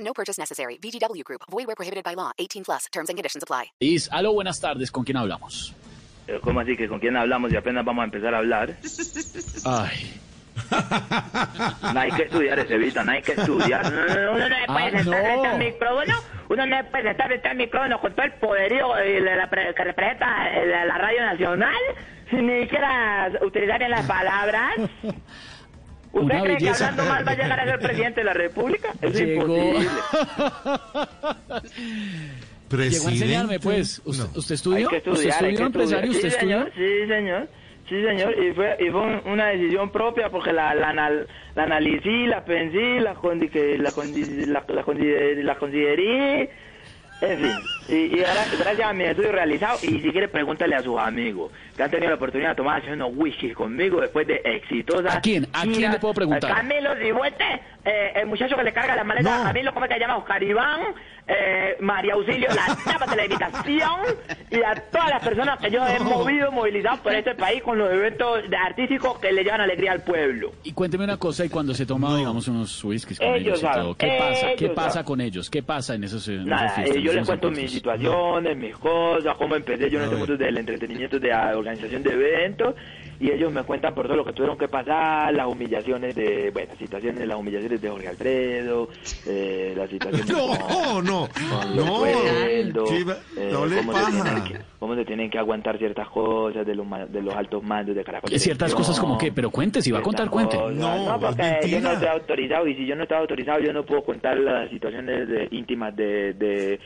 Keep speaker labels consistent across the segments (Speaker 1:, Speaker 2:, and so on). Speaker 1: No purchase necessary. VGW Group. Void where prohibited by law. 18 plus. Terms and conditions apply.
Speaker 2: Liz, aló, buenas tardes, ¿con quién hablamos?
Speaker 3: Pero ¿cómo así que con quién hablamos y apenas vamos a empezar a hablar?
Speaker 2: Ay,
Speaker 3: No hay que estudiar, Evita, no hay que estudiar.
Speaker 4: Uno no se puede
Speaker 2: Ah,
Speaker 4: sentar
Speaker 2: no.
Speaker 4: frente al micrófono, uno no se puede sentar frente al micrófono con todo el poderío eh, la- la pre- que representa eh, la, la radio nacional, sin ni siquiera utilizar bien las palabras. ¿Usted
Speaker 2: Una
Speaker 4: cree
Speaker 2: belleza.
Speaker 4: que hablando mal va a llegar a ser presidente de la República? Es
Speaker 2: Llegó.
Speaker 4: imposible.
Speaker 2: llegó a enseñarme, pues. ¿Usted, usted
Speaker 3: Hay
Speaker 2: estudió?
Speaker 3: que
Speaker 2: ¿Usted
Speaker 3: estudiar, hay
Speaker 2: estudió,
Speaker 3: que estudiar.
Speaker 2: empresario?
Speaker 3: Sí,
Speaker 2: ¿Usted estudió?
Speaker 3: señor, sí, señor. Sí, señor, y fue, y fue un- una decisión propia porque la, la, anal- la analicé, la pensé, la, condi- que la, condi- la, la consideré, la consideré, en fin. Y, y ahora, gracias a mi estudio realizado, y si quiere pregúntale a sus amigos que han tenido la oportunidad de tomarse unos whisky conmigo después de exitosa...
Speaker 2: ¿A quién? ¿A quién le puedo preguntar?
Speaker 4: Camilo Cifuentes, eh, el muchacho que le carga la maleta a Camilo, ¿cómo es que se llama? Oscar Iván, eh, María Auxilio, la tapa de la invitación y a todas las personas que yo he movido, movilizado por este país con los eventos de- artísticos que le llevan alegría al pueblo.
Speaker 2: Y cuénteme una cosa, y cuando se toma, digamos, unos whiskies con
Speaker 3: Ellos
Speaker 2: ellos, y
Speaker 3: saben,
Speaker 2: todo, ¿qué pasa? ¿Qué
Speaker 3: ellos
Speaker 2: pasa
Speaker 3: saben.
Speaker 2: con ellos? ¿Qué pasa en esos, en esas
Speaker 3: Nada,
Speaker 2: fiestas?
Speaker 3: eh, yo
Speaker 2: en
Speaker 3: les
Speaker 2: esos
Speaker 3: cuento mis
Speaker 2: encuentros?
Speaker 3: situaciones, mis cosas, cómo empecé yo en este mundo del entretenimiento, de la organización de eventos, y ellos me cuentan por todo lo que tuvieron que pasar, las humillaciones de, bueno, situaciones, las humillaciones de Jorge Alfredo, eh, las situaciones
Speaker 5: No,
Speaker 3: con-
Speaker 5: no,
Speaker 3: con
Speaker 5: Ah,
Speaker 3: los
Speaker 5: no.
Speaker 3: sueldos,
Speaker 5: Sí, va-
Speaker 3: eh,
Speaker 5: no le
Speaker 3: cómo se tienen
Speaker 5: pasa.
Speaker 3: que- cómo se tienen que aguantar ciertas cosas de los, ma- de los altos mandos de Caracol.
Speaker 2: Ciertas cosas como que, pero cuente, si va a contar, cuente.
Speaker 3: cosas.
Speaker 5: No,
Speaker 3: No, porque
Speaker 5: mentira.
Speaker 3: yo no estoy autorizado y si yo no estoy autorizado yo no puedo contar las situaciones de- íntimas de, de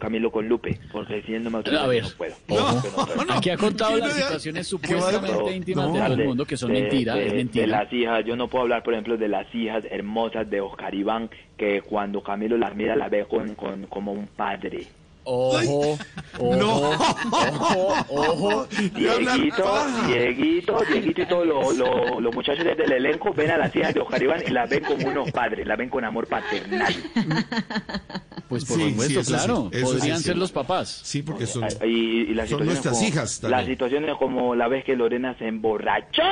Speaker 3: Camilo con Lupe, porque siéndome autorizado
Speaker 2: A ver.
Speaker 3: yo no puedo.
Speaker 2: Ojo.
Speaker 3: Yo no puedo.
Speaker 2: Aquí ha contado
Speaker 5: ¿Quién
Speaker 2: las
Speaker 5: le da-
Speaker 2: situaciones
Speaker 5: ¿Qué va a-
Speaker 2: supuestamente
Speaker 3: No,
Speaker 2: íntimas
Speaker 5: no.
Speaker 2: de todo
Speaker 3: De-
Speaker 2: el mundo, que son
Speaker 3: de-
Speaker 2: mentira,
Speaker 3: de-
Speaker 2: es
Speaker 3: De
Speaker 2: mentira.
Speaker 3: las hijas, yo no puedo hablar, por ejemplo, de las hijas hermosas de Oscar Iván, que cuando Camilo las mira las ve con, con- como un padre.
Speaker 2: Ojo, ojo, ojo, ojo.
Speaker 5: Y hablar
Speaker 3: Dieguito,
Speaker 5: paja.
Speaker 3: Dieguito, Dieguito y todos los, los- los muchachos del elenco ven a las hijas de Oscar Iván y las ven como unos padres, las ven con amor paternal.
Speaker 2: Pues por
Speaker 5: Sí, sí,
Speaker 2: supuesto,
Speaker 5: eso sí,
Speaker 2: claro,
Speaker 5: eso sí,
Speaker 2: podrían
Speaker 5: sí.
Speaker 2: ser los papás.
Speaker 5: Sí, porque son.
Speaker 3: Y, y las
Speaker 5: Son
Speaker 3: situaciones
Speaker 5: nuestras
Speaker 3: como,
Speaker 5: hijas también.
Speaker 3: Las situaciones como la vez que Lorena se emborrachó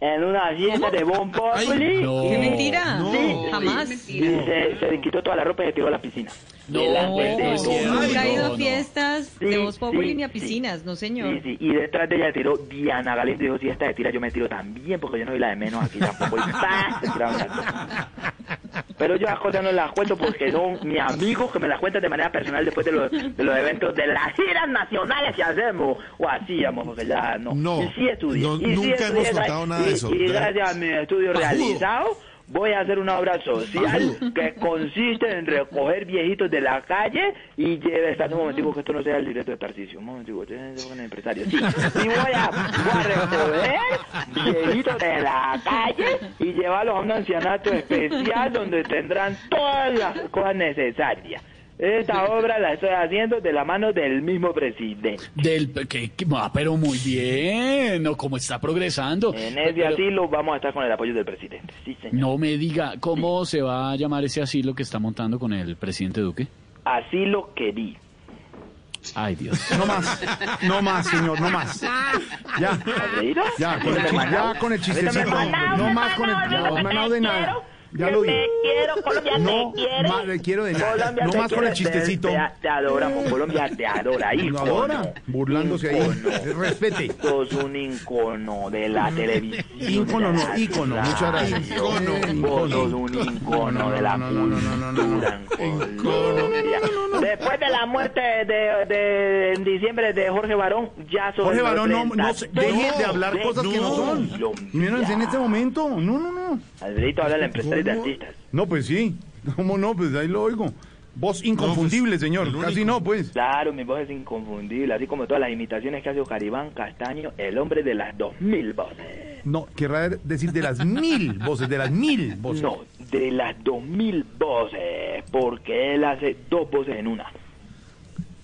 Speaker 3: en una fiesta de bombo
Speaker 5: Ay,
Speaker 2: no.
Speaker 3: y,
Speaker 2: ¿Qué
Speaker 6: Mentira,
Speaker 5: No.
Speaker 6: jamás.
Speaker 3: y se, se le quitó toda la ropa y se tiró a la piscina.
Speaker 2: No,
Speaker 3: Delante de
Speaker 2: no es
Speaker 3: todo.
Speaker 2: cierto.
Speaker 6: Nunca he ido
Speaker 2: no.
Speaker 6: a fiestas
Speaker 3: Sí,
Speaker 6: de voz populi
Speaker 3: sí,
Speaker 6: ni a
Speaker 3: sí.
Speaker 6: piscinas, no señor.
Speaker 3: Sí, sí, y detrás de ella tiró Diana Galindo y dijo, si esta se tira, yo me tiro también, porque yo no soy la de menos aquí tampoco. Y ¡pam! se tiraron las dos. Pero yo las cosas no las cuento porque son mis amigos que me las cuentan de manera personal después de los, de los eventos de las giras nacionales que hacemos. O hacíamos, porque ya no.
Speaker 5: No,
Speaker 3: y sí estudié.
Speaker 5: no,
Speaker 3: y sí
Speaker 5: nunca
Speaker 3: estudié,
Speaker 5: hemos
Speaker 3: ¿sabes?
Speaker 5: contado nada de
Speaker 3: Y-
Speaker 5: eso,
Speaker 3: Y
Speaker 5: ¿verdad?
Speaker 3: gracias a mi estudio
Speaker 5: Pajudo.
Speaker 3: realizado, voy a hacer una obra social que consiste en recoger viejitos de la calle y llevar. Espérate un momentico, que esto no sea el directo de Tarcisio. Un momentico, ustedes son un empresario. Sí, sí voy a, voy a recoger viejitos de la calle y llevarlos a un ancianato especial donde tendrán todas las cosas necesarias. Esta obra la estoy haciendo de la mano del mismo presidente.
Speaker 2: Del, que, que- ah, pero muy bien, no, cómo está progresando.
Speaker 3: En ese
Speaker 2: Pero-
Speaker 3: asilo vamos a estar con el apoyo del presidente. Sí, señor.
Speaker 2: No me diga, ¿cómo se va a llamar ese asilo que está montando con el presidente Duque?
Speaker 3: Así lo querí.
Speaker 2: Ay, Dios.
Speaker 7: No más, no más, señor, no más. Ya,
Speaker 3: ¿Aldeira?
Speaker 7: ya, con el, ya con el chistecito. No más con el. No, manado de nada. Ya lo
Speaker 4: Te
Speaker 7: dije.
Speaker 4: quiero, Colombia
Speaker 7: No,
Speaker 4: te quiere.
Speaker 7: ma- le quiero de nada.
Speaker 3: Colombia
Speaker 7: No
Speaker 3: te
Speaker 7: más con
Speaker 3: quiere,
Speaker 7: el chistecito.
Speaker 3: Te, te- te adoramos, Colombia te adora, hijo.
Speaker 7: Lo adora, burlándose ahí. Eh, Respete.
Speaker 3: Sos un ícono de la televisión.
Speaker 7: Mm. Ícono,
Speaker 3: de la
Speaker 7: no, ícono.
Speaker 3: radio.
Speaker 7: Muchas gracias. Ícono,
Speaker 3: Vos sos
Speaker 7: ícono.
Speaker 3: un ícono de la
Speaker 7: No, no, no, no, no, no, no, no.
Speaker 3: cultura en Colombia.
Speaker 4: Después de la muerte
Speaker 3: de, de- en diciembre de Jorge Barón, ya soy
Speaker 7: Jorge
Speaker 3: el
Speaker 7: Barón, no, no se- deje de hablar
Speaker 3: de-
Speaker 7: cosas que no son. Y menos en este momento. No, no, no.
Speaker 3: Alberito habla de empresarios de artistas.
Speaker 7: No, pues sí. ¿Cómo no? Pues ahí lo oigo. Voz inconfundible,
Speaker 5: pues,
Speaker 7: señor.
Speaker 5: el único.
Speaker 7: Casi no, pues.
Speaker 3: Claro, mi voz es inconfundible, así como todas las imitaciones que hace Caribán Castaño, el hombre de las dos mil voces.
Speaker 7: No, querrá decir de las mil voces, de las mil voces.
Speaker 3: No, de las dos mil voces, porque él hace dos voces en una.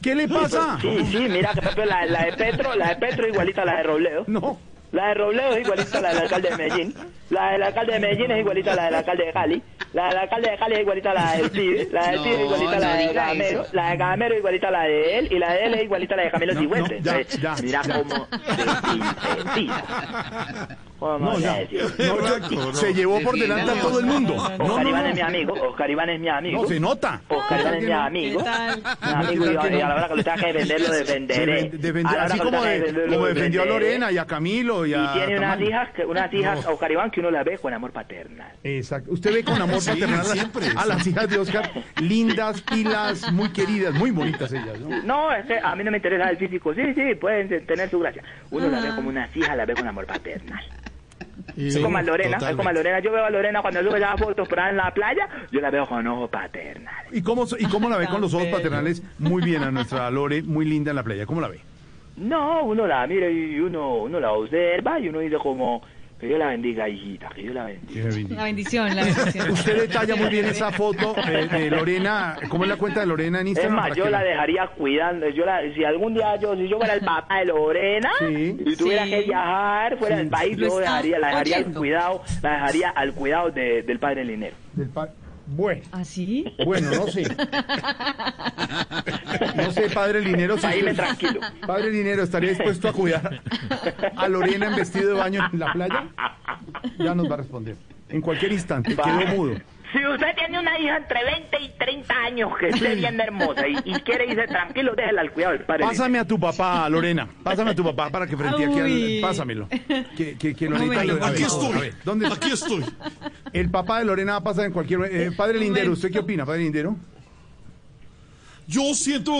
Speaker 7: ¿Qué le pasa?
Speaker 3: Sí, sí, mira que Pepe, la, la de Petro, la de Petro es igualita a la de Robledo.
Speaker 7: No.
Speaker 3: La de Robledo es igualita a la del alcalde de Medellín. La del alcalde de Medellín es igualita a la del alcalde de Cali. La del alcalde de Cali es igualita a la del Cid. La del Cid es igualita a la
Speaker 6: no
Speaker 3: de
Speaker 6: diga
Speaker 3: Gamero.
Speaker 6: eso.
Speaker 3: La de Gamero es igualita a la de él. Y la de él es igualita a la de Camilo
Speaker 7: No,
Speaker 3: Cifuentes.
Speaker 7: no, ya,
Speaker 3: Entonces,
Speaker 7: ya,
Speaker 3: mira
Speaker 7: ya.
Speaker 3: cómo se sintetiza. ¿Cómo
Speaker 7: No,
Speaker 3: le
Speaker 7: ya.
Speaker 3: decimos?
Speaker 7: No, ya. Se llevó por delante a todo el mundo. No, no,
Speaker 3: Oscar Iván
Speaker 7: no.
Speaker 3: es mi amigo. Oscar Iván es mi amigo.
Speaker 7: No, se nota.
Speaker 3: Oscar Iván es mi amigo. Mi amigo,
Speaker 7: ¿Qué
Speaker 3: y,
Speaker 7: tal que
Speaker 3: y a
Speaker 7: no?
Speaker 3: la hora que lo tenga que vender, lo defenderé.
Speaker 7: Sí, de- defendió-
Speaker 3: A la hora
Speaker 7: así
Speaker 3: que lo
Speaker 7: como,
Speaker 3: tenga
Speaker 7: de-
Speaker 3: que vender, lo
Speaker 7: como defendió a
Speaker 3: defenderé.
Speaker 7: Lorena y a Camilo y a.
Speaker 3: Y tiene unas
Speaker 7: Tamayo.
Speaker 3: hijas, que- unas hijas a Oscar Iván que uno la ve con amor paternal.
Speaker 7: Exacto. Usted ve con amor
Speaker 5: Sí,
Speaker 7: paternal a las-
Speaker 5: siempre.
Speaker 7: a las hijas de Oscar, lindas, pilas, muy queridas, muy bonitas ellas, ¿no?
Speaker 3: No, es que a mí no me interesa el físico. Sí, sí, pueden te- tener su gracia. Uno la ve como una hija, la ve con amor paternal. es como a Lorena, es como a Lorena. Yo veo a Lorena cuando sube las fotos por ahí en la playa, yo la veo con ojos paternales.
Speaker 7: ¿Y cómo, ¿Y cómo la ve con los ojos paternales? Muy bien a nuestra Lore, muy linda en la playa. ¿Cómo la ve?
Speaker 3: No, uno la mira y uno, uno la observa y uno dice como, que Dios la bendiga, hijita, que Dios la bendiga.
Speaker 6: La bendición, la bendición.
Speaker 7: Usted detalla muy bien esa foto eh, de Lorena. ¿Cómo es la cuenta de Lorena en
Speaker 3: Es
Speaker 7: Instagram?
Speaker 3: más,
Speaker 7: para
Speaker 3: yo
Speaker 7: que
Speaker 3: la dejaría cuidando. Yo la, si algún día yo, si yo fuera el papá de Lorena
Speaker 7: Sí.
Speaker 3: y tuviera
Speaker 6: Sí.
Speaker 3: que viajar fuera del país,
Speaker 6: Lo
Speaker 3: yo
Speaker 6: está
Speaker 3: dejaría, la dejaría al
Speaker 6: oyendo.
Speaker 3: cuidado, la dejaría al cuidado de- del padre Linero.
Speaker 7: del pa- Bueno,
Speaker 6: ¿Así?
Speaker 7: bueno, no sé. No sé, padre Linero, si
Speaker 3: Ahí me
Speaker 7: usted-
Speaker 3: tranquilo.
Speaker 7: Padre Linero, ¿estaría dispuesto a cuidar a Lorena en vestido de baño en la playa? Ya nos va a responder. En cualquier instante, quedó mudo.
Speaker 4: Si usted tiene una hija entre 20 y 30 años que esté bien hermosa y, y quiere irse tranquilo, déjela al cuidado del padre.
Speaker 7: Pásame a tu papá, Lorena. Pásame a tu papá para que frente aquí al...
Speaker 6: Uy.
Speaker 7: Pásamelo. Que, que, que
Speaker 6: Un
Speaker 7: Lorenita
Speaker 6: momento.
Speaker 7: lo- a ver,
Speaker 5: Aquí
Speaker 7: a ver,
Speaker 5: estoy.
Speaker 7: ¿Dónde
Speaker 5: Aquí estoy.
Speaker 7: El papá de Lorena va a pasar en cualquier... eh, padre Lindero, ¿usted qué opina, padre Lindero?
Speaker 5: Yo siento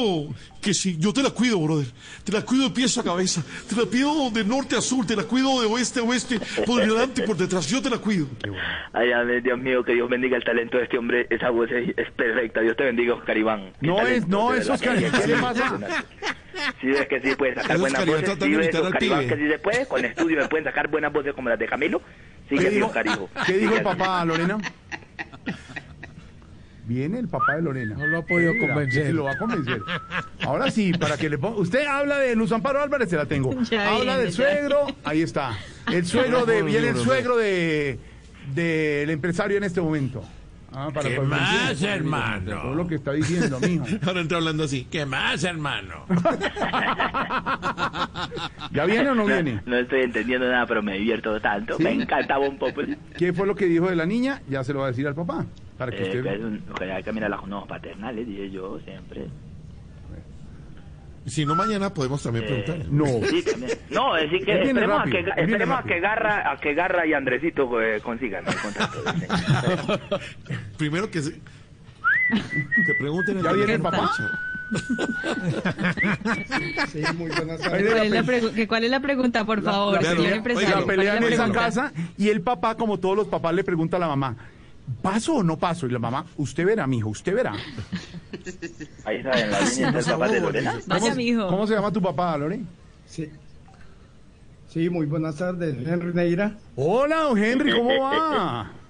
Speaker 5: que sí, yo te la cuido, brother. Te la cuido de pies a cabeza. Te la pido de norte a sur, te la cuido de oeste a oeste, por delante y por detrás. Yo te la cuido.
Speaker 3: Ay, a ver, Dios mío, que Dios bendiga el talento de este hombre. Esa voz es, es perfecta. Dios te bendiga, Oscar Iván. Qué
Speaker 7: No
Speaker 3: talento,
Speaker 7: es, no
Speaker 3: de
Speaker 7: es
Speaker 3: verdad,
Speaker 7: Oscar.
Speaker 3: que-
Speaker 7: ¿Qué le pasa?
Speaker 3: Si ves que sí puede sacar
Speaker 5: Es
Speaker 3: buenas
Speaker 5: Oscar Iván
Speaker 3: voces, si
Speaker 5: tratando de
Speaker 3: ves
Speaker 5: imitar al
Speaker 3: Oscar Iván
Speaker 5: pibe.
Speaker 3: que sí se puede, con estudio me pueden sacar buenas voces como las de Camilo. Sí que sí,
Speaker 7: dijo-
Speaker 3: Oscar hijo.
Speaker 7: ¿Qué dijo
Speaker 3: Sí
Speaker 7: el
Speaker 3: que sí.
Speaker 7: papá, Lorena? Viene el papá de Lorena.
Speaker 8: No lo ha podido
Speaker 7: Mira,
Speaker 8: convencer.
Speaker 7: sí Lo va a convencer. Ahora sí, para que le ponga. Usted habla de Luz Amparo Álvarez, se la tengo.
Speaker 6: Ya
Speaker 7: habla
Speaker 6: viene,
Speaker 7: del
Speaker 6: ya.
Speaker 7: suegro, ahí está. El suegro de.
Speaker 5: Bueno,
Speaker 7: Viene el
Speaker 5: bueno,
Speaker 7: suegro de del empresario en este momento. Ah, para
Speaker 9: ¿Qué
Speaker 7: convencer.
Speaker 9: más, hermano?
Speaker 7: Todo lo que está diciendo, mijo.
Speaker 9: Ahora entra hablando así. ¿Qué más, hermano?
Speaker 7: ¿Ya viene o no viene?
Speaker 3: No estoy entendiendo nada, pero me divierto tanto.
Speaker 7: ¿Sí?
Speaker 3: Me encanta Bon Populi.
Speaker 7: ¿Qué fue lo que dijo de la niña? Ya se lo va a decir al papá. Para que
Speaker 3: Eh,
Speaker 7: usted.
Speaker 3: que es un- que hay que mirar con ojos paternales, dije yo siempre.
Speaker 5: Si no, mañana podemos también preguntar.
Speaker 7: No.
Speaker 3: Sí, también. No, es decir que
Speaker 7: Él viene
Speaker 3: esperemos,
Speaker 7: rápido,
Speaker 3: a, que,
Speaker 7: él viene
Speaker 3: esperemos a que
Speaker 7: rápido.
Speaker 3: Garra, a que Garra y Andresito eh, consigan el contrato. del señor.
Speaker 5: Primero que se- que pregunten el
Speaker 7: ¿Ya viene el papá? Ahí de la
Speaker 6: ¿Cuál es, la
Speaker 7: peli.
Speaker 6: pregu- que ¿Cuál es la pregunta, por favor?
Speaker 7: la
Speaker 6: señor
Speaker 5: pelea-
Speaker 6: empresario?
Speaker 5: Claro,
Speaker 7: la
Speaker 5: oiga,
Speaker 6: ¿Cuál es
Speaker 7: pelea en esa
Speaker 6: pregunta?
Speaker 7: casa y el papá, como todos los papás, le pregunta a la mamá, ¿paso o no paso? Y la mamá, usted verá, mijo, usted verá.
Speaker 3: Ahí está, en la línea está el papá de Lorena.
Speaker 6: Vaya, mijo.
Speaker 7: ¿Cómo se llama tu papá, Lore?
Speaker 8: Sí. Sí, muy buenas tardes, Henry Neira.
Speaker 7: Hola, don Henry, ¿cómo va?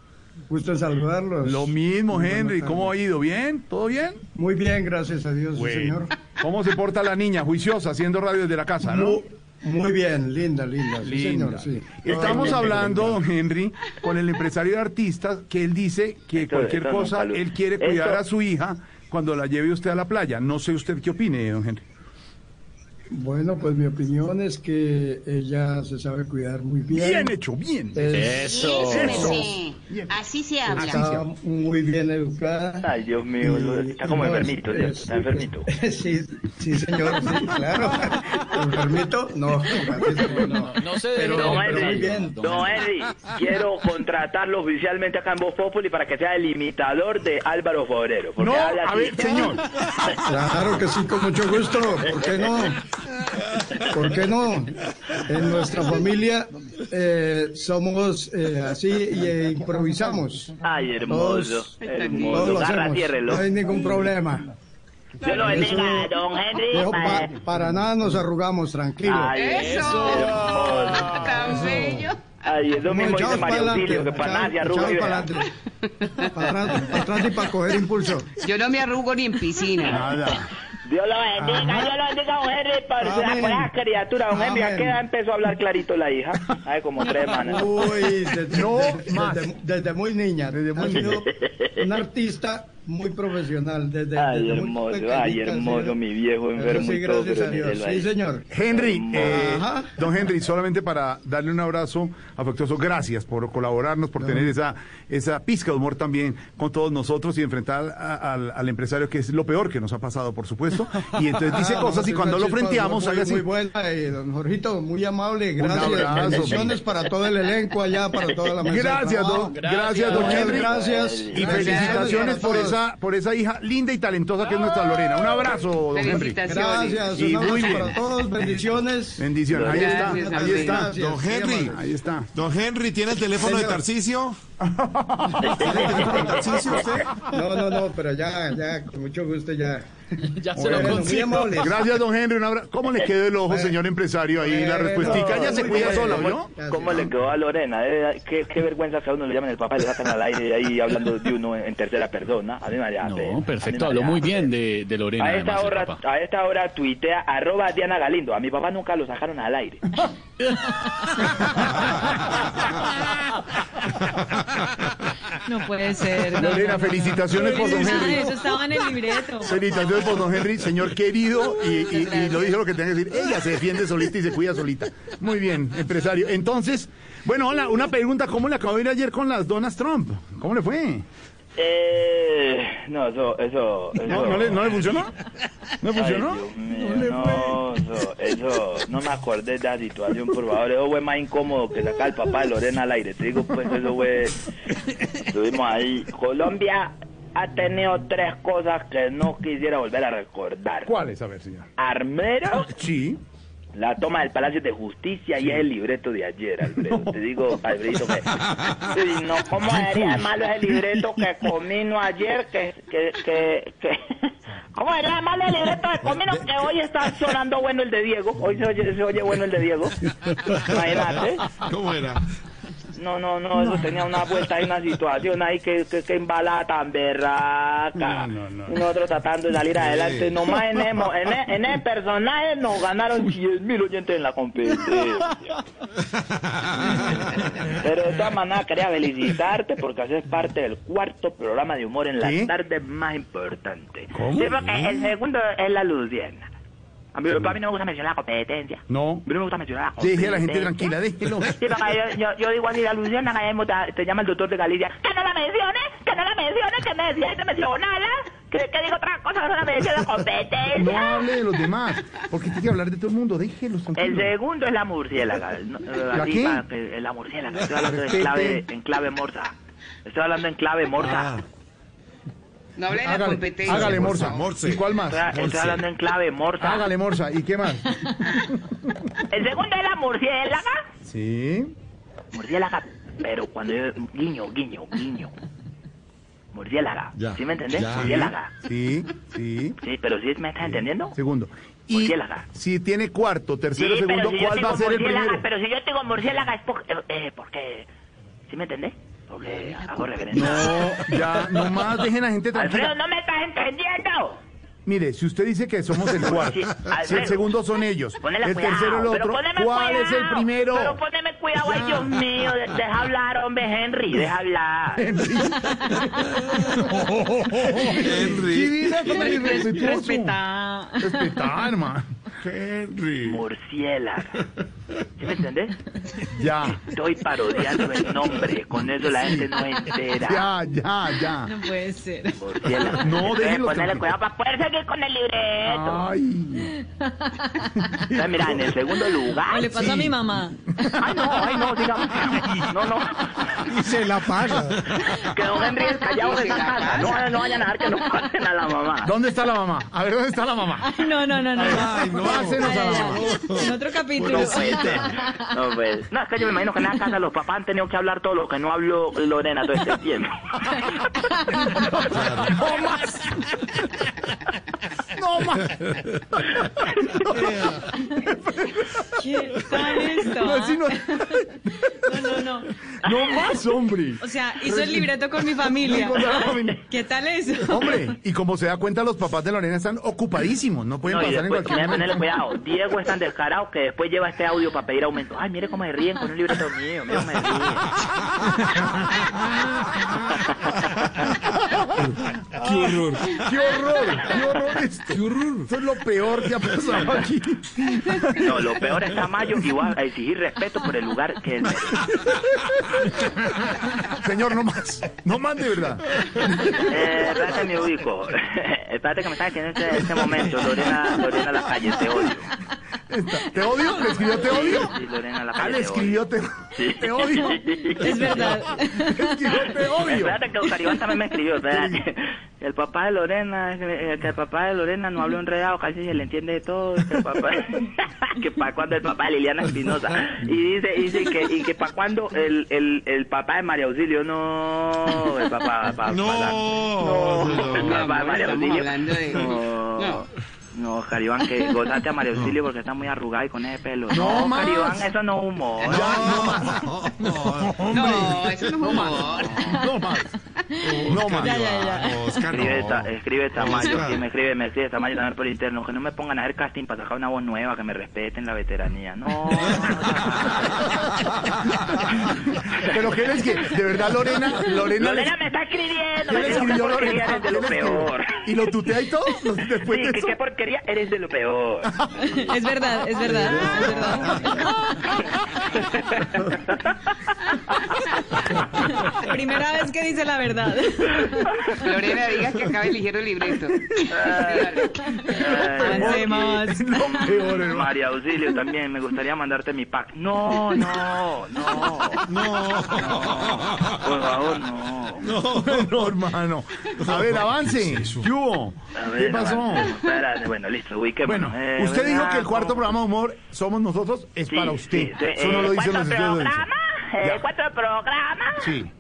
Speaker 8: Gusto en saludarlos.
Speaker 7: Lo mismo,
Speaker 8: Muy buenas
Speaker 7: Henry, ¿cómo ha
Speaker 8: tardes.
Speaker 7: ido? ¿Bien? ¿Todo bien?
Speaker 8: Muy bien, gracias a Dios, sí, señor.
Speaker 7: ¿Cómo se porta la niña, juiciosa, haciendo radio desde la casa, no?
Speaker 8: Mu- Muy, bien, linda, linda, sí,
Speaker 7: Linda.
Speaker 8: señor, sí.
Speaker 7: Estamos hablando, don Henry, con el empresario de artistas que él dice que
Speaker 3: Esto-
Speaker 7: cualquier
Speaker 3: esto no,
Speaker 7: cosa
Speaker 3: Pablo.
Speaker 7: él quiere cuidar
Speaker 3: Esto-
Speaker 7: a su hija cuando la lleve usted a la playa. No sé usted qué opine, don Henry.
Speaker 8: Bueno, pues mi opinión es que ella se sabe cuidar muy bien.
Speaker 7: Bien hecho, bien.
Speaker 8: Es-
Speaker 6: Así se habla.
Speaker 8: Está muy bien educada.
Speaker 3: Ay, Dios mío, lo-
Speaker 8: Y-
Speaker 3: está como
Speaker 8: Eh, no,
Speaker 3: enfermito,
Speaker 8: es-
Speaker 3: ¿cierto?
Speaker 8: es-
Speaker 3: Está enfermito.
Speaker 8: Sí, sí, señor, sí, claro. ¿Enfermito? No, gracias, no, no.
Speaker 2: No se
Speaker 8: Pero- No,
Speaker 2: debe-
Speaker 3: Don
Speaker 8: pero muy
Speaker 3: Henry,
Speaker 8: bien.
Speaker 3: don Henry, quiero contratarlo oficialmente acá en Voz Populi para que sea el imitador de Álvaro Forero. porque
Speaker 7: No,
Speaker 3: habla
Speaker 7: a
Speaker 3: así.
Speaker 7: ver, señor.
Speaker 8: Claro que sí, con mucho gusto. ¿Por qué no? ¿Por qué no? En nuestra familia eh, somos eh, así y eh, improvisamos.
Speaker 3: Ay, hermoso.
Speaker 8: Todos- Todos
Speaker 3: Hermoso.
Speaker 8: lo
Speaker 3: Garra,
Speaker 8: hacemos.
Speaker 3: ciérrelo.
Speaker 8: No hay ningún problema.
Speaker 3: Yo lo bendiga, don Henry.
Speaker 8: Yo
Speaker 3: para-
Speaker 8: pa- para nada nos arrugamos, tranquilo.
Speaker 3: Ay, eso. hermoso.
Speaker 6: Tan bello.
Speaker 3: Ay, es lo mismo dice
Speaker 8: Echados
Speaker 3: María
Speaker 8: pa'lante,
Speaker 3: Auxilio, que para nada se
Speaker 8: echados-
Speaker 3: arruga. y
Speaker 8: echados pa'lante.
Speaker 3: vea.
Speaker 8: Pa' atrás, pa' atrás y para coger impulso.
Speaker 6: Yo no me arrugo ni en piscina.
Speaker 7: Nada.
Speaker 3: Dios lo bendiga, Dios lo bendiga, don Henry, por por
Speaker 8: Amén.
Speaker 3: esa criatura, don Henry. ¿A qué
Speaker 8: Amén.
Speaker 3: edad empezó a hablar clarito la hija? Hace como tres semanas.
Speaker 8: Uy, desde,
Speaker 7: No
Speaker 8: desde-
Speaker 7: más.
Speaker 8: desde- desde muy niña.
Speaker 7: Desde muy
Speaker 8: ha
Speaker 7: niña.
Speaker 8: sido un artista muy profesional. Desde,
Speaker 3: Ay,
Speaker 8: desde muy
Speaker 3: hermoso,
Speaker 8: pequeñita,
Speaker 3: ay, hermoso,
Speaker 8: sí.
Speaker 3: mi
Speaker 8: Eso
Speaker 3: viejo enfermo.
Speaker 8: Sí,
Speaker 3: y todo,
Speaker 8: gracias
Speaker 3: pero
Speaker 8: a Dios.
Speaker 3: mírelo ahí.
Speaker 8: Sí, señor.
Speaker 7: Henry, eh,
Speaker 8: Ajá.
Speaker 7: don Henry, solamente para darle un abrazo afectuoso, gracias por colaborarnos, por tener esa, esa pizca de humor también con todos nosotros y enfrentar a- al, al empresario, que es lo peor que nos ha pasado, por supuesto. Y entonces dice
Speaker 8: Ah, no,
Speaker 7: cosas
Speaker 8: sí,
Speaker 7: y
Speaker 8: una
Speaker 7: cuando lo
Speaker 8: chispa
Speaker 7: frenteamos,
Speaker 8: muy,
Speaker 7: hay así.
Speaker 8: Muy buena, eh, don Jorgito, muy amable.
Speaker 7: abrazo.
Speaker 8: Gracias. Bendiciones para todo el elenco allá, para toda la mesa. de
Speaker 7: Gracias,
Speaker 8: trabajo.
Speaker 7: don, gracias, don
Speaker 8: Muchas
Speaker 7: Henry.
Speaker 8: Gracias.
Speaker 7: Y
Speaker 8: Gracias,
Speaker 7: felicitaciones
Speaker 8: gracias a
Speaker 7: por
Speaker 8: todos.
Speaker 7: esa, por esa hija linda y talentosa que es nuestra Lorena. Un abrazo, don Henry.
Speaker 6: Felicitaciones.
Speaker 8: Gracias,
Speaker 7: Y
Speaker 8: un abrazo
Speaker 7: muy bien.
Speaker 8: para todos, bendiciones.
Speaker 7: Bendiciones. Ahí está,
Speaker 6: Gracias,
Speaker 7: ahí
Speaker 6: don
Speaker 7: está.
Speaker 8: Henry.
Speaker 10: Don Henry,
Speaker 7: Ahí está.
Speaker 10: don Henry, ¿tiene el teléfono de
Speaker 8: Señor.
Speaker 10: Tarcicio? ¿Tiene el teléfono de Tarcicio usted?
Speaker 8: No, no, no, pero ya, ya, con mucho gusto ya.
Speaker 2: Ya se lo
Speaker 8: Bueno, muy
Speaker 2: consigo.
Speaker 8: amables.
Speaker 7: Gracias, don Henry. Un abra- ¿Cómo le quedó el ojo, señor empresario? Ahí la
Speaker 2: Pues
Speaker 7: respuestica. Ya se
Speaker 8: muy
Speaker 7: cuida
Speaker 8: bien.
Speaker 7: sola, ¿no?
Speaker 8: Gracias.
Speaker 3: ¿Cómo le quedó a Lorena? Eh, qué, qué vergüenza que a uno le llamen el papá y le sacan al aire ahí hablando de uno en, en tercera persona. A mí me da pena, a
Speaker 2: No,
Speaker 3: mí me
Speaker 2: perfecto,
Speaker 3: da
Speaker 2: habló muy
Speaker 3: pena.
Speaker 2: bien de, de Lorena.
Speaker 3: A esta,
Speaker 2: además, el
Speaker 3: hora,
Speaker 2: papá.
Speaker 3: a esta hora tuitea arroba Diana Galindo. A mi papá nunca lo sacaron al aire.
Speaker 6: No puede ser. no, no,
Speaker 7: Lorena,
Speaker 6: no, no.
Speaker 7: felicitaciones por don
Speaker 6: Ah,
Speaker 7: Henry.
Speaker 6: eso estaba en el libreto.
Speaker 7: Felicitaciones por pues, don Henry, señor querido. Y, y- y lo dice lo que tenga que decir. Ella se defiende solita y se cuida solita. Muy bien, empresario. Entonces, bueno, hola, una pregunta. ¿Cómo le acabó de ir ayer con las donas Trump? ¿Cómo le fue?
Speaker 3: Eh, no, eso... eso, eso
Speaker 7: ¿No, no le, no le funcionó? ¿No
Speaker 3: Ay,
Speaker 7: funcionó?
Speaker 3: Dios mío,
Speaker 7: No le fue.
Speaker 3: no, eso, eso, no me acordé de la situación, por favor. Eso fue más incómodo que sacar al papá de Lorena al aire. Te digo, pues eso fue. Estuvimos ahí. Colombia ha tenido tres cosas que no quisiera volver a recordar:
Speaker 7: ¿Cuál es? A ver, señor.
Speaker 3: Armero,
Speaker 7: Sí.
Speaker 3: la toma del Palacio de Justicia y es el libreto de ayer, Alfredo. Te digo, Alfredo, que. Uy, no, ¿cómo sería malo ese libreto que comino ayer? Que, que, que, que- ¿Cómo sería malo el libreto de comino? Que hoy está sonando bueno el de Diego. Hoy se oye, se oye bueno el de Diego. Imagínate.
Speaker 10: ¿Cómo era?
Speaker 3: No, no, no, eso tenía una vuelta y una situación ahí que, que, que embalada tan berraca.
Speaker 7: No, no, no.
Speaker 3: Y Nosotros tratando de salir adelante. Nomás en el, mo- en el- en el personaje nos ganaron 100 mil oyentes en la competencia. Pero de todas maneras quería felicitarte porque haces parte del cuarto programa de humor en la
Speaker 7: ¿Sí?
Speaker 3: tarde más importante.
Speaker 7: ¿Cómo?
Speaker 3: Sí, porque el segundo es la Luciana. A mí, a mí no me gusta mencionar la competencia.
Speaker 7: No.
Speaker 3: A mí no me gusta mencionar la competencia.
Speaker 7: Deje a la gente tranquila, déjelo.
Speaker 3: Sí, papá, yo, yo, yo digo así, la Luciana que mismo te, te llama el doctor de Galicia. Que no la menciones, que no la menciones, que me decía que mencionala, que, que digo otra cosa, que no la mencione la
Speaker 7: No
Speaker 3: competencia.
Speaker 7: hable de los demás, porque tiene que hablar de todo el mundo, déjelos
Speaker 3: El
Speaker 7: tranquilos.
Speaker 3: segundo es la murciélaga. no, eh,
Speaker 7: ¿La
Speaker 3: así
Speaker 7: qué?
Speaker 3: para que- eh, la murciélaga. Estoy hablando en
Speaker 7: Respete.
Speaker 3: clave, en clave morsa. Estoy hablando en clave
Speaker 7: Ah,
Speaker 3: morsa.
Speaker 6: No hable de la
Speaker 7: Hágale,
Speaker 6: competencia.
Speaker 7: hágale
Speaker 6: por
Speaker 7: morsa.
Speaker 6: favor.
Speaker 10: Morse.
Speaker 7: ¿Y cuál más?
Speaker 3: Estoy, estoy hablando en clave morsa.
Speaker 7: Hágale morsa. ¿Y qué más?
Speaker 3: El segundo es la murciélaga.
Speaker 7: Sí.
Speaker 3: Murciélaga. Pero cuando yo. Guiño, guiño, guiño. Murciélaga.
Speaker 10: Ya.
Speaker 3: ¿Sí me entendés?
Speaker 10: Ya.
Speaker 3: Murciélaga.
Speaker 7: Sí, sí.
Speaker 3: Sí, pero sí me estás entendiendo.
Speaker 7: Segundo. Y
Speaker 3: Murciélaga.
Speaker 7: si tiene cuarto, tercero,
Speaker 3: Sí,
Speaker 7: segundo,
Speaker 3: pero si yo
Speaker 7: ¿cuál va a
Speaker 3: tengo
Speaker 7: ser el
Speaker 3: murciélaga,
Speaker 7: primero?
Speaker 3: Pero si yo tengo murciélaga es por- eh, eh, porque... ¿Sí me entendés? Porque hago reverencia.
Speaker 7: No, ya, nomás dejen a la gente
Speaker 3: Alfredo,
Speaker 7: tranquila.
Speaker 3: no me estás entendiendo.
Speaker 7: Mire, si usted dice que somos el cuarto,
Speaker 3: Sí,
Speaker 7: si el
Speaker 3: Alfredo.
Speaker 7: segundo son ellos,
Speaker 3: Ponele
Speaker 7: el
Speaker 3: cuidado,
Speaker 7: tercero el
Speaker 3: pero
Speaker 7: otro,
Speaker 3: poneme
Speaker 7: ¿cuál es el
Speaker 3: cuidado,
Speaker 7: primero?
Speaker 3: Pero poneme cuidado, ay Dios mío, de- deja hablar, hombre, Henry, deja hablar.
Speaker 7: ¿Qué dice? ¿Cómo es
Speaker 6: Res-
Speaker 7: irrespetuoso?
Speaker 6: Respeta.
Speaker 7: Respetar, hermano.
Speaker 10: Henry.
Speaker 3: Murciélaga. ¿Sí me entendés?
Speaker 7: Ya,
Speaker 3: Estoy parodiando el nombre, con eso la gente no entera.
Speaker 7: ya, ya, ya.
Speaker 6: No puede ser.
Speaker 3: Murciélago.
Speaker 7: No,
Speaker 3: Entonces,
Speaker 7: déjelo
Speaker 3: Ponerle
Speaker 7: tranquilo. Ah.
Speaker 3: cuidado para poder seguir con el libreto.
Speaker 7: Ay,
Speaker 3: Entonces, mira, en el segundo
Speaker 6: O
Speaker 3: lugar.
Speaker 6: le pasó a mi mamá.
Speaker 3: Ay, no, ay, no, digamos. No, no.
Speaker 9: Y se la paga.
Speaker 3: Que don Henry es callado en esa casa. No, no vayan a dejar que nos pasen a la mamá.
Speaker 7: ¿dónde está la mamá? A ver, ¿dónde está la mamá?
Speaker 6: Ay, Ah, no, no, no, no.
Speaker 9: Ay, no.
Speaker 7: Pásenos a la mamá.
Speaker 6: En otro capítulo.
Speaker 3: No puede ser. No puede ser. No, es que yo me imagino que en la casa los papás han tenido que hablar todo lo que no habló Lorena todo este tiempo.
Speaker 7: No más. No más.
Speaker 6: ¿Qué tal esto?
Speaker 7: No,
Speaker 6: ah?
Speaker 7: así no-
Speaker 6: no, no, no.
Speaker 7: No más, hombre.
Speaker 6: O sea, hizo el libreto con mi familia.
Speaker 7: Con la familia.
Speaker 6: ¿Qué tal eso?
Speaker 7: Hombre, y como se da cuenta, los papás de Lorena están ocupadísimos. No pueden
Speaker 3: No, y
Speaker 7: pasar en
Speaker 3: después,
Speaker 7: cualquier
Speaker 3: ponerle, ponerle
Speaker 7: momento.
Speaker 3: cuidado. Diego es tan descarado que después lleva este audio para pedir aumento. Ay, mire cómo me ríen con un libreto mío. Mire cómo me ríen.
Speaker 9: Qué horror.
Speaker 7: ¡Qué horror! ¡Qué horror esto!
Speaker 9: Qué horror.
Speaker 7: Esto es lo peor que ha pasado aquí.
Speaker 3: No, lo peor está Mayo y voy a exigir respeto por el lugar que él merece.
Speaker 7: Señor, no más. No más de verdad.
Speaker 3: Eh, espérate, me ubico. espérate que me estás haciendo este, este momento. Lorena, Lorena la calle, te odio.
Speaker 7: Esta, ¿Te odio? ¿Le escribió te odio?
Speaker 3: Sí, Lorena la
Speaker 7: Ah,
Speaker 3: calle.
Speaker 7: le escribió te, te odio.
Speaker 6: Es verdad.
Speaker 7: Escribió te odio.
Speaker 3: Espérate que Caribán también me escribió, espérate. Que el papá de Lorena, eh, que el papá de Lorena no habla enredado, casi se le entiende de todo. Que, el papá, que para cuando el papá de Liliana Espinosa. Y dice, dice que, y que para cuando el, el, el papá de María Auxilio, no, el papá, papá
Speaker 5: No,
Speaker 3: la- no, el papá de María Auxilio.
Speaker 11: hablando de-
Speaker 3: No, no, Caribán, que gozate a María Auxilio porque está muy arrugada y con ese pelo.
Speaker 7: No más.
Speaker 3: Caribán, eso no es humor.
Speaker 11: No, eso no es humor.
Speaker 7: No más. No más.
Speaker 6: Ya, ya, ya.
Speaker 9: Oscar,
Speaker 3: Escribe,
Speaker 9: no.
Speaker 3: ta- escribe Tamayo,
Speaker 9: Oscar.
Speaker 3: sí, me escribe, me escribe Tamayo también por interno, que no me pongan a hacer casting para sacar una voz nueva, que me respeten la veteranía. No, no, no.
Speaker 7: Pero ¿qué es que? De verdad, Lorena. Lorena, le-
Speaker 3: Lorena me está escribiendo, me
Speaker 7: ¿qué le
Speaker 3: dice,
Speaker 7: escribió
Speaker 3: "Qué porquería
Speaker 7: Lorena?
Speaker 3: eres de lo
Speaker 7: ¿Qué le escribió?
Speaker 3: peor.
Speaker 7: ¿Y lo tutea y todo? Después
Speaker 3: Sí,
Speaker 7: de
Speaker 3: que
Speaker 7: pues eso.
Speaker 3: qué porquería eres de lo peor.
Speaker 6: Es verdad, es verdad, es verdad. Primera vez que dice la verdad.
Speaker 11: Lorena, digas que acaba eligiendo el libreto.
Speaker 6: Avancemos.
Speaker 7: Lo peor, hermano.
Speaker 3: María Auxilio también, me gustaría mandarte mi pack. No, no, no. Por favor, no.
Speaker 7: No, hermano. Pues, A ver, avance. ¿Qué hubo?
Speaker 3: A ver,
Speaker 7: ¿Qué pasó?
Speaker 3: avancemos, espérate, bueno, listo, ubiquémonos.
Speaker 7: Bueno,
Speaker 3: Eh,
Speaker 7: usted dijo que el
Speaker 3: Bernardo.
Speaker 7: cuarto programa de humor somos nosotros, es
Speaker 3: Sí,
Speaker 7: para
Speaker 3: sí,
Speaker 7: usted.
Speaker 3: sí,
Speaker 7: Eso
Speaker 3: eh,
Speaker 7: no lo dicen los
Speaker 3: ¿Cuántos
Speaker 7: estudios de
Speaker 3: programas? Eh,
Speaker 7: edición. Ya.
Speaker 3: ¿Cuántos programas?
Speaker 7: Sí,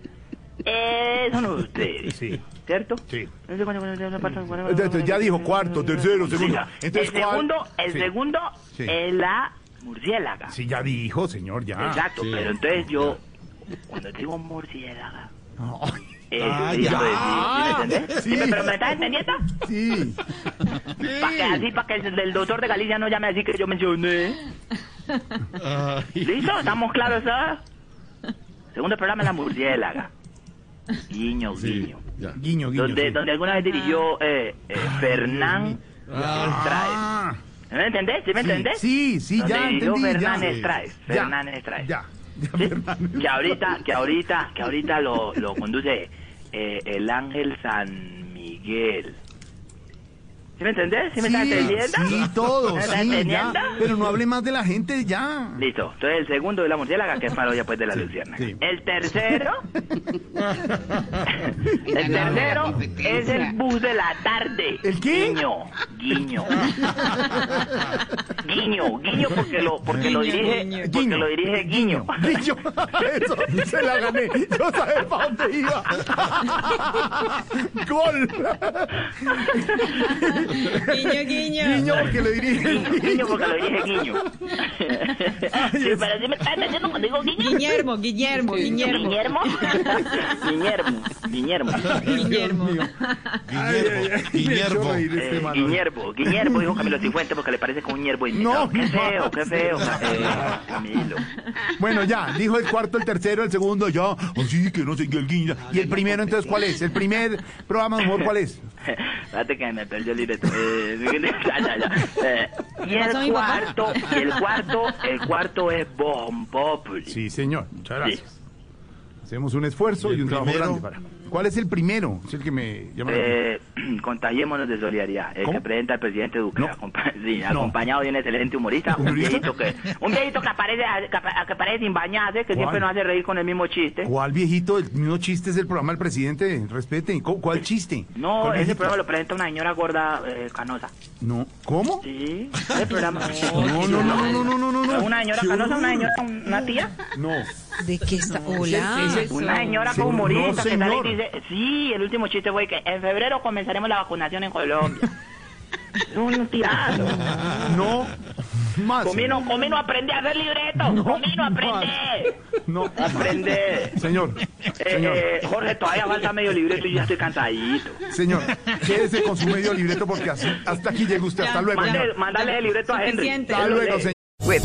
Speaker 3: Eh, son ustedes.
Speaker 7: sí.
Speaker 3: ¿Cierto?
Speaker 7: Sí.
Speaker 3: No sé cuánto- cuánto- cuánto- cuánto- cuánto-
Speaker 7: Entonces, ya dijo cuarto, tercero, segundo.
Speaker 3: Sí, el
Speaker 7: Entonces, ¿cuál?
Speaker 3: segundo, el
Speaker 7: Sí.
Speaker 3: segundo
Speaker 7: Sí.
Speaker 3: es la murciélaga.
Speaker 7: Sí, Ah, ya dijo, señor, ya.
Speaker 3: Exacto, pero entonces yo, cuando digo murciélaga,
Speaker 7: Ay,
Speaker 3: eh,
Speaker 9: Ah,
Speaker 3: estoy diciendo
Speaker 9: ya.
Speaker 3: de ti, ¿sí me entendés? ¿Sí
Speaker 7: Ah, Sí.
Speaker 3: me- ¿Pero me estás entendiendo?
Speaker 7: Sí.
Speaker 3: Para que así, para que el, el doctor de Galicia no llame así que yo mencioné. ¿Listo? ¿Estamos claros, ah? Segundo programa, La Murciélaga. Guiño, guiño.
Speaker 7: Guiño, guiño.
Speaker 3: donde,
Speaker 7: sí.
Speaker 3: donde alguna vez dirigió eh, eh, Fernán Estraes.
Speaker 7: Ah,
Speaker 3: ¿Me entendés? ¿Sí me
Speaker 7: sí,
Speaker 3: entendés?
Speaker 7: Sí, sí,
Speaker 3: Donde
Speaker 7: ya
Speaker 3: dirigió
Speaker 7: entendí.
Speaker 3: Fernán
Speaker 7: ya.
Speaker 3: Estraes.
Speaker 7: Ya,
Speaker 3: Fernán Estraes.
Speaker 7: Ya. ya,
Speaker 3: ¿Sí?
Speaker 7: Fernán.
Speaker 3: Que ahorita, que ahorita, que ahorita lo, lo conduce eh, el ángel San Miguel. ¿Sí me entendés? ¿Sí me estás entendiendo?
Speaker 7: sí, todo,
Speaker 3: ¿Me estás
Speaker 7: sí, ya.
Speaker 3: entendiendo?
Speaker 7: Pero no hable más de la gente, ya.
Speaker 3: Listo, entonces el segundo de la murciélaga que es parodia pues de la Luciana.
Speaker 7: sí.
Speaker 3: El tercero, el
Speaker 11: Ya no, la
Speaker 3: tercero
Speaker 11: competencia.
Speaker 3: es el bus de la tarde.
Speaker 7: ¿El qué?
Speaker 3: Guiño, guiño. guiño, guiño porque lo, porque lo
Speaker 6: Guiño,
Speaker 3: dirige,
Speaker 6: guiño.
Speaker 3: porque
Speaker 7: Guiño.
Speaker 3: lo dirige guiño.
Speaker 7: Guiño, eso, se la gané. Yo sabía para dónde iba. Gol.
Speaker 6: Guiño, guiño.
Speaker 7: Guiño, porque le dirige. el
Speaker 3: Guiño, guiño porque lo
Speaker 7: guiño.
Speaker 3: dirige guiño. sí, ah, pero sí me estás entendiendo cuando digo guiño.
Speaker 6: Guillermo, Guillermo, Guillermo.
Speaker 3: Guillermo. Guillermo. Guillermo.
Speaker 6: Guillermo.
Speaker 7: Ay, ay, ay, me
Speaker 9: Guillermo.
Speaker 7: echó a reír este
Speaker 3: Eh,
Speaker 7: man.
Speaker 3: Guillermo. Guillermo dijo Camilo Cifuentes porque le parece con un hierbo y
Speaker 7: No,
Speaker 3: qué feo, qué feo, eh, Camilo.
Speaker 7: Bueno, ya, dijo el cuarto, el tercero, el segundo, ya, así que Ah, no sé qué, el guinda. ¿Y el primero entonces cuál es? ¿El primer programa de humor cuál es?
Speaker 3: Espérate que me perdió el directo. Eh, ya, ya, ya. Eh, y
Speaker 12: pasó,
Speaker 3: el
Speaker 12: mi papá?
Speaker 3: cuarto, y el cuarto, el cuarto es Bon Populi.
Speaker 7: Sí, señor, muchas gracias. Hacemos un esfuerzo y, un trabajo grande. para- ¿Cuál es el primero? Es el que me llama. la atención.
Speaker 3: Eh, contagiémonos de solidaridad. El
Speaker 7: ¿Cómo?
Speaker 3: que presenta el presidente Duque, acompa- sí,
Speaker 7: No.
Speaker 3: acompañado de un excelente humorista, un viejito que, un viejito que aparece, que apa- que aparece sin bañarse, que
Speaker 7: ¿Cuál?
Speaker 3: siempre nos hace reír con el mismo chiste.
Speaker 7: ¿Cuál viejito? El mismo chiste es el programa del presidente. Respeten. ¿Cu- ¿Cuál chiste?
Speaker 3: No,
Speaker 7: ¿Cuál
Speaker 3: ese
Speaker 7: viejito?
Speaker 3: programa lo presenta una señora gorda eh, canosa.
Speaker 7: No. ¿Cómo?
Speaker 3: Sí, ese programa.
Speaker 7: No, no, no, no, no, no, no, no.
Speaker 3: Una señora
Speaker 7: Qué
Speaker 3: canosa, una
Speaker 7: horror.
Speaker 3: señora, una tía.
Speaker 7: No.
Speaker 13: ¿De qué está?
Speaker 3: Sí, sí,
Speaker 13: Hola.
Speaker 3: sí. Una señora
Speaker 7: Sí,
Speaker 3: con humorista
Speaker 7: no,
Speaker 3: que sale
Speaker 7: señor.
Speaker 3: y dice, sí, el último chiste fue que en febrero comenzaremos la vacunación en Colombia. un tirado.
Speaker 7: No. Más.
Speaker 3: Comino, comino, aprende a hacer libretos. comino, aprende.
Speaker 7: No.
Speaker 3: Aprende.
Speaker 7: Señor.
Speaker 3: Eh,
Speaker 7: Señor.
Speaker 3: eh, Jorge, todavía falta medio libreto y ya estoy cansadito.
Speaker 7: Señor, quédese con su medio libreto porque así, hasta aquí llega usted. Hasta luego.
Speaker 3: Mándale,
Speaker 7: señor.
Speaker 3: mándale el libreto a Henry.
Speaker 7: Hasta luego, señor.
Speaker 14: With